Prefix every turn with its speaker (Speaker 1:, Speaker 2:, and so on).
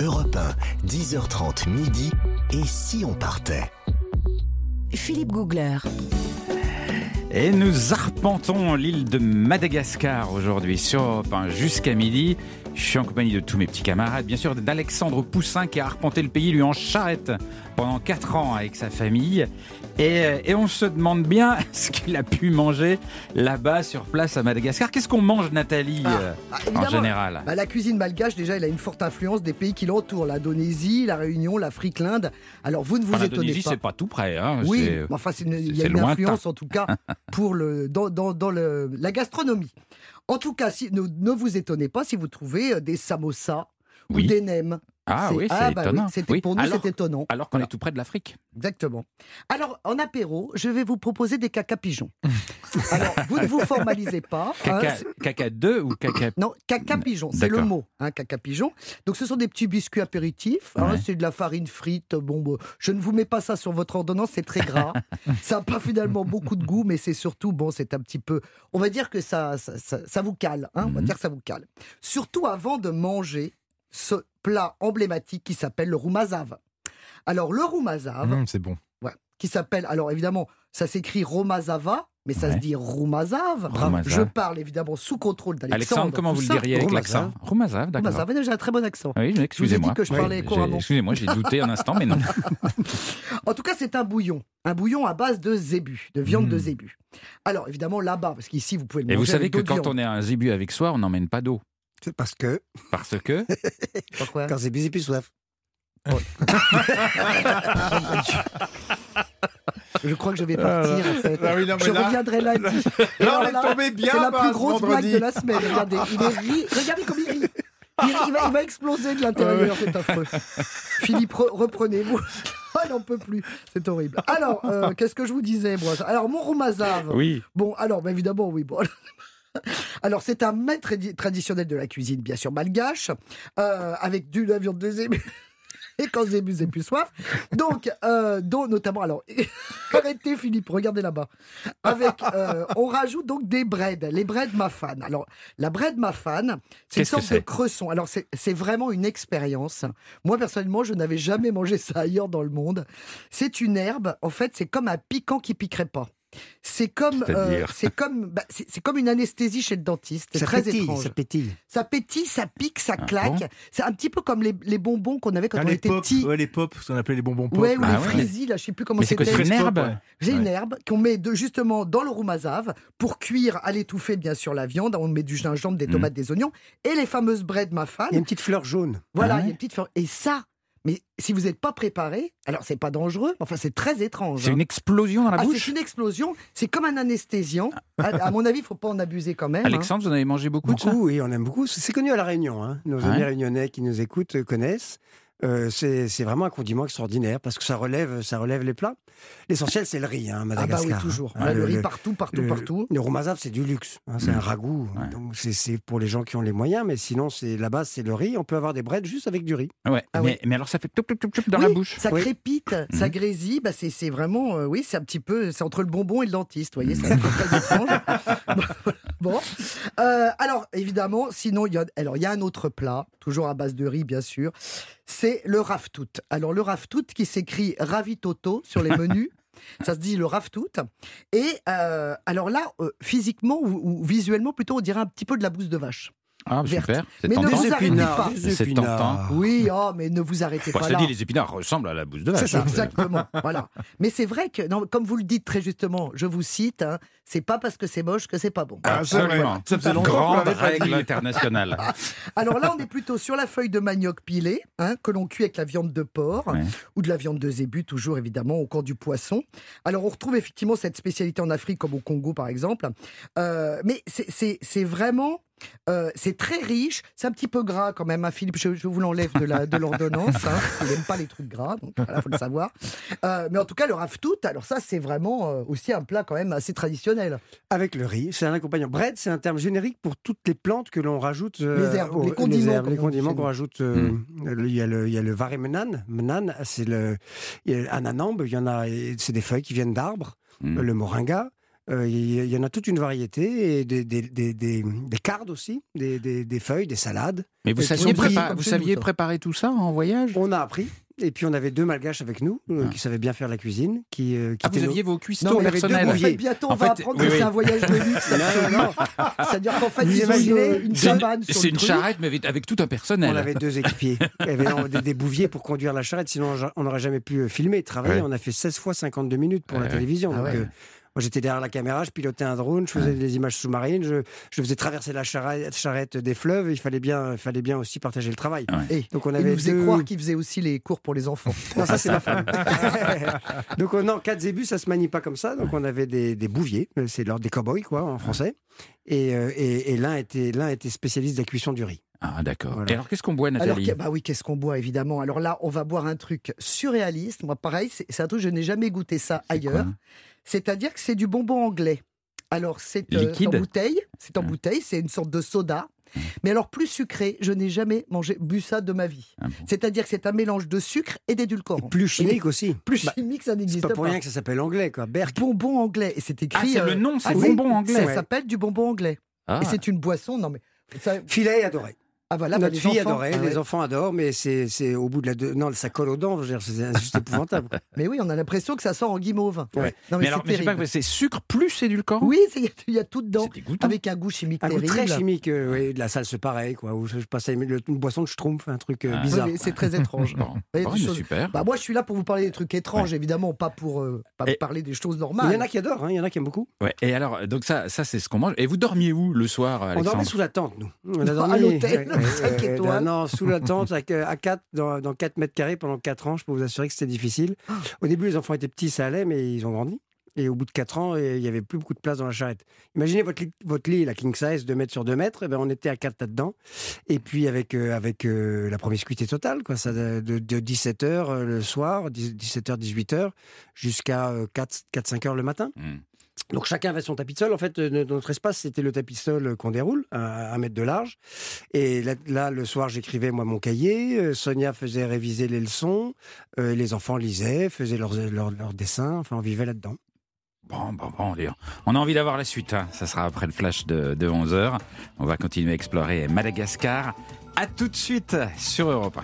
Speaker 1: Europe 1, 10h30 midi. Et si on partait
Speaker 2: Philippe Googler.
Speaker 3: Et nous arpentons l'île de Madagascar aujourd'hui sur Europe 1 jusqu'à midi. Je suis en compagnie de tous mes petits camarades, bien sûr d'Alexandre Poussin qui a arpenté le pays lui en charrette pendant 4 ans avec sa famille. Et, euh, et on se demande bien ce qu'il a pu manger là-bas sur place à Madagascar. Qu'est-ce qu'on mange Nathalie euh,
Speaker 4: Ah,
Speaker 3: en
Speaker 4: évidemment.
Speaker 3: général
Speaker 4: Bah, La cuisine malgache, déjà, elle a une forte influence des pays qui l'entourent. L'Indonésie, la Réunion, l'Afrique, l'Inde. Alors, vous ne vous
Speaker 3: Enfin,
Speaker 4: étonnez
Speaker 3: L'Indonésie,
Speaker 4: pas.
Speaker 3: c'est pas tout près. hein.
Speaker 4: Oui,
Speaker 3: C'est-
Speaker 4: mais enfin, c'est une- il y
Speaker 3: c'est
Speaker 4: a une
Speaker 3: lointain.
Speaker 4: influence, en tout cas, pour le, dans, dans- dans le- la gastronomie. En tout cas, si, ne, ne vous étonnez pas si vous trouvez euh, des samosas
Speaker 3: Oui.
Speaker 4: ou des nems.
Speaker 3: Ah
Speaker 4: C'est-
Speaker 3: oui, c'est
Speaker 4: ah, bah oui,
Speaker 3: étonnant.
Speaker 4: c'était-
Speaker 3: Oui.
Speaker 4: Pour nous,
Speaker 3: alors
Speaker 4: c'est étonnant.
Speaker 3: alors qu'on est tout près de l'Afrique.
Speaker 4: Exactement. Alors, en apéro, je vais vous proposer des caca pigeons. Alors, vous ne vous formalisez pas. hein,
Speaker 3: Caca,
Speaker 4: c'est-
Speaker 3: caca 2 ou caca
Speaker 4: non, caca pigeon, c'est le
Speaker 3: Mm, D'accord.
Speaker 4: mot, hein, caca pigeon. Donc, ce sont des petits biscuits apéritifs. hein,
Speaker 3: Ouais.
Speaker 4: c'est de la farine frite. Bon, bon, je ne vous mets pas ça sur votre ordonnance, c'est très gras. ça n'a pas finalement beaucoup de goût, mais c'est surtout, bon, c'est un petit peu. On va dire que ça, ça, ça- ça vous cale. hein, on va
Speaker 3: Mhm.
Speaker 4: dire que ça vous cale. Surtout avant de manger ce plat emblématique qui s'appelle le roumazave. Alors, le roumazave,
Speaker 3: Mm,
Speaker 5: Hum, c'est bon.
Speaker 4: Ouais. qui s'appelle, alors évidemment, ça s'écrit Romazava, mais ça
Speaker 3: Ouais.
Speaker 4: se dit Romazave.
Speaker 3: Roumazave.
Speaker 4: Je parle évidemment sous contrôle d'Alexandre.
Speaker 3: Alexandre, comment vous le
Speaker 4: Poussin.
Speaker 3: diriez avec
Speaker 5: Roumazave.
Speaker 3: l'accent Roumazave, d'accord.
Speaker 4: Romazave, mais j'ai un très bon accent.
Speaker 3: Oui, mais excusez-moi.
Speaker 4: dit que je
Speaker 3: Oui,
Speaker 4: parlais
Speaker 3: j'ai-
Speaker 4: couramment.
Speaker 3: Excusez-moi, j'ai douté un instant, mais non.
Speaker 4: En tout cas, c'est un bouillon. Un bouillon à base de zébu, de viande de
Speaker 5: Mm.
Speaker 4: zébu. Alors évidemment, là-bas, parce qu'ici, vous pouvez le
Speaker 3: Hmm. Et
Speaker 4: manger.
Speaker 3: vous savez
Speaker 4: avec
Speaker 3: que
Speaker 4: d'autres
Speaker 3: quand on
Speaker 4: viandes.
Speaker 3: est un zébu avec soi, on n'emmène pas d'eau.
Speaker 6: C'est parce que
Speaker 3: Parce que.
Speaker 4: Pourquoi
Speaker 6: quand c'est busy plus soif.
Speaker 4: Je crois que je vais partir, en fait.
Speaker 5: Ah oui, non, mais
Speaker 4: je
Speaker 5: là-
Speaker 4: reviendrai lundi. Et
Speaker 5: Là, on
Speaker 4: alors
Speaker 5: est tombé bien
Speaker 4: C'est la
Speaker 5: bas
Speaker 4: plus
Speaker 5: ce
Speaker 4: grosse blague
Speaker 5: vendredi.
Speaker 4: de la semaine. Regardez, il est ri- Regardez comme il rit. Il, il va, il va exploser de l'intérieur, c'est affreux. Philippe, re- reprenez-vous. Ah, n'en peut plus, c'est horrible. Alors, euh, qu'est-ce que je vous disais, moi Alors, mon roumazave.
Speaker 3: Oui.
Speaker 4: Bon, alors, bah, évidemment, oui. Bon. Alors, c'est un mets tradi- traditionnel de la cuisine, bien sûr, malgache, euh, avec du, de la viande de zébu. Et quand zébu, c'est plus soif. Donc, euh, dont notamment, alors, arrêtez Philippe, regardez là-bas. Avec, euh, on rajoute donc des breads, les breads mafane. Alors, la bread mafane, c'est une
Speaker 3: Qu'est-ce que
Speaker 4: sorte de
Speaker 3: c'est
Speaker 4: cresson. Alors, c'est c'est vraiment une expérience. Moi, personnellement, je n'avais jamais mangé ça ailleurs dans le monde. C'est une herbe, en fait, c'est comme un piquant qui piquerait pas. C'est comme, euh,
Speaker 3: C'est-à-dire
Speaker 4: c'est comme, bah, c'est c'est comme une anesthésie chez le dentiste. C'est
Speaker 6: Ça
Speaker 4: très
Speaker 6: pétille,
Speaker 4: étrange.
Speaker 6: ça pétille.
Speaker 4: Ça pétille, ça pique, ça
Speaker 3: Ah
Speaker 4: claque.
Speaker 3: bon
Speaker 4: c'est un petit peu comme les, les bonbons qu'on avait quand
Speaker 5: Ah,
Speaker 4: on
Speaker 5: les
Speaker 4: était
Speaker 5: pop,
Speaker 4: petits.
Speaker 5: ouais, les pop, ce qu'on appelait les bonbons pop.
Speaker 4: Ouais, ou
Speaker 3: Ah
Speaker 4: les
Speaker 3: ouais.
Speaker 4: frésilles, là, je sais plus comment
Speaker 3: Mais c'est
Speaker 4: c'était.
Speaker 3: quoi C'est une herbe
Speaker 5: ouais.
Speaker 4: J'ai une
Speaker 3: Ouais.
Speaker 4: herbe qu'on met de- justement dans le roumazave pour cuire à l'étouffée, bien sûr, la viande. On met du gingembre, des
Speaker 3: Mhm.
Speaker 4: tomates, des oignons et les fameuses bread mafane.
Speaker 6: Il y a une petite fleur jaune.
Speaker 4: Voilà,
Speaker 3: Ah ouais.
Speaker 4: il y a une petite fleur. Et ça, mais si vous n'êtes pas préparé, alors c'est pas dangereux, mais enfin c'est très étrange.
Speaker 3: C'est
Speaker 4: hein.
Speaker 3: une explosion dans la
Speaker 4: Ah, c'est
Speaker 3: bouche.
Speaker 4: une explosion, c'est comme un anesthésiant. À, à mon avis, faut pas en abuser quand même. hein.
Speaker 3: Alexandre, vous en avez mangé beaucoup, de ça
Speaker 6: Beaucoup, oui, on aime beaucoup. C'est connu à La Réunion. hein. Nos amis
Speaker 3: Ouais.
Speaker 6: réunionnais qui nous écoutent euh, connaissent. Euh, c'est c'est vraiment un condiment extraordinaire parce que ça relève, ça relève les plats. L'essentiel, c'est le riz, hein, à
Speaker 4: Ah bah
Speaker 6: Madagascar.
Speaker 4: oui,
Speaker 6: hein.
Speaker 4: toujours.
Speaker 6: Ah,
Speaker 4: Là, le, riz
Speaker 6: le-
Speaker 4: partout, partout,
Speaker 6: le-
Speaker 4: partout.
Speaker 6: Le romazave, c'est du luxe. hein, c'est
Speaker 3: Mm.
Speaker 6: un ragoût.
Speaker 3: Ouais.
Speaker 6: Donc, c'est- c'est pour les gens qui ont les moyens, mais sinon, c'est la base, c'est le riz. On peut avoir des breads juste avec du riz.
Speaker 3: ouais.
Speaker 4: Ah
Speaker 3: mais,
Speaker 4: oui.
Speaker 3: mais alors, ça fait toup, toup, toup, toup dans
Speaker 4: Oui,
Speaker 3: la bouche. Mhm.
Speaker 4: Ça
Speaker 6: Oui.
Speaker 4: crépite, ça grésille, bah c'est c'est vraiment, euh, oui, c'est un petit peu, c'est entre le bonbon et le dentiste, vous voyez,
Speaker 3: Mhm.
Speaker 4: c'est un peu très étrange. bon, Euh, alors évidemment, sinon, il y, a- alors, il y a un autre plat, toujours à base de riz, bien sûr, c'est le raftout. Alors le raftout qui s'écrit ravitoto sur les menus. Ça se dit le raftout. Et euh, alors là, euh, physiquement ou, ou visuellement, plutôt, on dirait un petit peu de la bouse de vache.
Speaker 3: Ah,
Speaker 4: verte.
Speaker 3: super. C'est
Speaker 4: Mais ne
Speaker 3: tentant.
Speaker 4: vous arrêtez pas.
Speaker 6: des
Speaker 3: C'est
Speaker 6: épinards.
Speaker 3: tentant.
Speaker 4: Oui, oh, mais ne vous arrêtez
Speaker 3: Ah. Bon,
Speaker 4: pas
Speaker 3: ça
Speaker 4: là.
Speaker 3: dit, les épinards ressemblent à la bouse de vache.
Speaker 6: C'est ça.
Speaker 3: hein.
Speaker 4: Exactement. voilà. Mais c'est vrai que, non, comme vous le dites très justement, je vous cite, hein, c'est pas parce que c'est moche que c'est pas bon.
Speaker 5: Ah, c'est vrai.
Speaker 3: Absolument.
Speaker 5: Ça faisait longtemps qu'on
Speaker 3: Grande
Speaker 5: l'avait pas
Speaker 3: règle
Speaker 5: dit.
Speaker 3: internationale.
Speaker 4: Alors là, on est plutôt sur la feuille de manioc pilée, hein, que l'on cuit avec la viande de porc
Speaker 3: Ouais.
Speaker 4: ou de la viande de zébu, toujours évidemment, au corps du poisson. Alors on retrouve effectivement cette spécialité en Afrique, comme au Congo par exemple. Euh, mais c'est- c'est c'est vraiment. euh, c'est très riche, c'est un petit peu gras quand même, hein, Philippe. Je, je vous l'enlève de la- de l'ordonnance. Hein, il n'aime pas les trucs gras, donc voilà, faut le savoir. Euh, mais en tout cas, le raftout, alors ça, c'est vraiment euh, aussi un plat quand même assez traditionnel. hein.
Speaker 6: Avec le riz, c'est un accompagnant. Bread, c'est un terme générique pour toutes les plantes que l'on rajoute. euh,
Speaker 4: Les herbes,
Speaker 6: aux-
Speaker 4: les condiments
Speaker 6: herbes,
Speaker 4: qu'on
Speaker 6: les
Speaker 4: rajoute
Speaker 6: condiments
Speaker 4: chez
Speaker 6: qu'on
Speaker 4: nous.
Speaker 6: rajoute. euh, le- Il y a le, il y a le varé menan. Menan, c'est le il y a un anambe. Il y en a. et C'est des feuilles qui viennent d'arbres.
Speaker 3: Mm.
Speaker 6: Le moringa. Euh, Il y, il y en a toute une variété, et des, des, des, des, des cardes aussi, des, des, des feuilles, des salades.
Speaker 3: Mais vous
Speaker 4: Et
Speaker 3: saviez,
Speaker 4: qui ont brillé
Speaker 3: prépa-
Speaker 4: comme
Speaker 3: vous
Speaker 4: chez
Speaker 3: saviez
Speaker 4: nous, ça.
Speaker 3: préparer tout ça en voyage
Speaker 6: On a appris. Et puis on avait deux malgaches avec nous euh,
Speaker 3: Ah.
Speaker 6: qui savaient bien faire la cuisine, qui, euh, qui
Speaker 3: Ah, vous
Speaker 6: étaient nos-
Speaker 3: aviez vos
Speaker 4: Non,
Speaker 3: cuistots
Speaker 4: mais les deux, en
Speaker 3: personnels
Speaker 4: fait, bientôt, on
Speaker 3: En
Speaker 4: va
Speaker 3: fait,
Speaker 4: apprendre
Speaker 3: oui,
Speaker 4: que
Speaker 3: oui.
Speaker 4: c'est un voyage de luxe. absolument. C'est-à-dire qu'en fait,
Speaker 6: Vous
Speaker 4: ils ont
Speaker 6: imaginez
Speaker 4: une, une
Speaker 3: C'est une-
Speaker 4: cabane sur
Speaker 3: C'est
Speaker 4: le
Speaker 3: une
Speaker 4: truc.
Speaker 3: charrette, mais avec- avec tout un
Speaker 6: On
Speaker 3: personnel.
Speaker 6: avait deux équipiers. Il y avait non, des, des bouviers pour conduire la charrette, sinon on- on n'aurait jamais pu euh, filmer, travailler.
Speaker 3: Ouais.
Speaker 6: On a fait 16 fois 52 minutes pour
Speaker 3: Ouais,
Speaker 6: la
Speaker 3: ouais.
Speaker 6: télévision.
Speaker 4: Ah
Speaker 6: donc,
Speaker 4: ouais.
Speaker 6: euh, moi, j'étais derrière la caméra, je pilotais un drone, je faisais des images sous-marines, je, je faisais traverser la charrette, charrette des fleuves. Il fallait bien, il fallait bien aussi partager le travail.
Speaker 4: Et
Speaker 6: Donc on
Speaker 4: il Eh,
Speaker 6: avait
Speaker 4: nous faisait
Speaker 6: deux-
Speaker 4: croire qu'ils faisaient aussi les cours pour les enfants.
Speaker 3: Ah,
Speaker 6: Non, ça c'est ma femme. donc on, non, quatre zébus, ça se manie pas comme ça. Donc on avait des, des bouviers, euh, c'est l'ordre des cow-boys quoi, en français. Et, euh, et, et l'un était, l'un était spécialiste de la cuisson du riz.
Speaker 3: Ah, d'accord.
Speaker 6: Voilà.
Speaker 3: Et alors, qu'est-ce qu'on boit,
Speaker 4: Alors,
Speaker 3: Nathalie
Speaker 4: que- bah oui, qu'est-ce qu'on boit, évidemment. Alors là, on va boire un truc surréaliste. Moi, pareil, c'est c'est un truc, je n'ai jamais goûté ça ailleurs. C'est-à-dire que c'est du bonbon anglais. Alors, c'est euh, en
Speaker 3: Liquide Ah.
Speaker 4: bouteille. C'est en
Speaker 3: Ouais.
Speaker 4: bouteille, c'est une sorte de soda. Mais alors, plus sucré, je n'ai jamais mangé, bu ça de ma vie.
Speaker 3: Ah bon.
Speaker 4: C'est-à-dire que c'est un mélange de sucre Oh. et
Speaker 6: Et
Speaker 4: d'édulcorant.
Speaker 6: plus chimique aussi.
Speaker 4: Plus
Speaker 6: Bah,
Speaker 4: chimique, ça
Speaker 6: c'est
Speaker 4: n'existe
Speaker 6: pas
Speaker 4: pas.
Speaker 6: pour rien que ça s'appelle anglais quoi. Berk.
Speaker 4: Bonbon anglais. Et c'est écrit.
Speaker 3: Ah, c'est
Speaker 4: euh,
Speaker 3: le nom, c'est
Speaker 4: ah oui,
Speaker 3: bonbon anglais.
Speaker 4: Ça s'appelle du bonbon anglais.
Speaker 3: Ah.
Speaker 4: Et c'est une boisson. Non, mais. ça-
Speaker 6: Filet adorait.
Speaker 4: ah, voilà, bah,
Speaker 6: Notre
Speaker 4: les
Speaker 6: fille
Speaker 4: enfants-
Speaker 6: adorait,
Speaker 4: Ah ouais.
Speaker 6: les enfants adorent, mais c'est c'est au bout de la deux- non ça colle aux dents, je veux dire, c'est juste épouvantable. quoi.
Speaker 4: Mais oui, on a l'impression que ça sort en guimauve.
Speaker 6: Ouais.
Speaker 4: Non,
Speaker 3: Mais alors,
Speaker 4: c'est
Speaker 3: mais je sais
Speaker 4: terrible.
Speaker 3: pas, c'est sucre plus édulcorant
Speaker 4: Oui, c'est- il y a- il y, a tout dedans.
Speaker 3: C'est dégoûtant.
Speaker 4: Avec un goût chimique
Speaker 6: Un goût
Speaker 4: terrible.
Speaker 6: très chimique, euh, oui, de la salse pareil quoi. Ou je je passais une une boisson de schtroumpf, un truc euh,
Speaker 3: Ah.
Speaker 4: Oui,
Speaker 6: bizarre.
Speaker 4: mais c'est très étrange.
Speaker 3: Bon,
Speaker 4: Il y a
Speaker 3: bon,
Speaker 4: des
Speaker 3: mais
Speaker 4: choses-
Speaker 3: super.
Speaker 4: Bah, moi, je suis là pour vous parler des trucs étranges, évidemment, pas pour euh, pas
Speaker 3: Et-
Speaker 4: parler des choses
Speaker 6: Mais
Speaker 4: normales.
Speaker 6: Il y en a qui adorent, hein, il y en a qui aiment beaucoup.
Speaker 3: Ouais. Et alors, donc ça, ça c'est ce qu'on mange. Et vous dormiez où le soir,
Speaker 6: On
Speaker 3: Alexandre
Speaker 6: dormait sous la tente, nous. On
Speaker 4: À l'hôtel, cinq étoiles.
Speaker 6: non, sous la tente, à, à 4, dans, dans 4 mètres carrés pendant 4 ans. Je peux vous assurer que c'était difficile. Au début, les enfants étaient petits, ça allait, mais ils ont grandi. Et au bout de 4 ans, et il n'y avait plus beaucoup de place dans la charrette. Imaginez votre lit, votre lit la king size, 2 mètres sur 2 mètres. eh ben, on était à 4 là-dedans. Et puis, avec, euh, avec euh, la promiscuité totale, quoi, ça, de, 17h le soir, 17h, 18h, jusqu'à euh, 4-5h le matin.
Speaker 3: Hmm.
Speaker 6: Donc chacun avait son tapis de sol. En fait, euh, notre espace, c'était le tapis de sol euh, qu'on déroule, à un mètre de large. Et là, là, le soir, j'écrivais moi mon cahier. euh, Sonia faisait réviser les leçons. euh, les enfants lisaient, faisaient leurs, leurs, leurs dessins. Enfin, on vivait là-dedans.
Speaker 3: Bon, bon, bon, allez, on a envie d'avoir la suite. hein. Ça sera après le flash de, 11h. On va continuer à explorer Madagascar. À tout de suite sur Europe 1.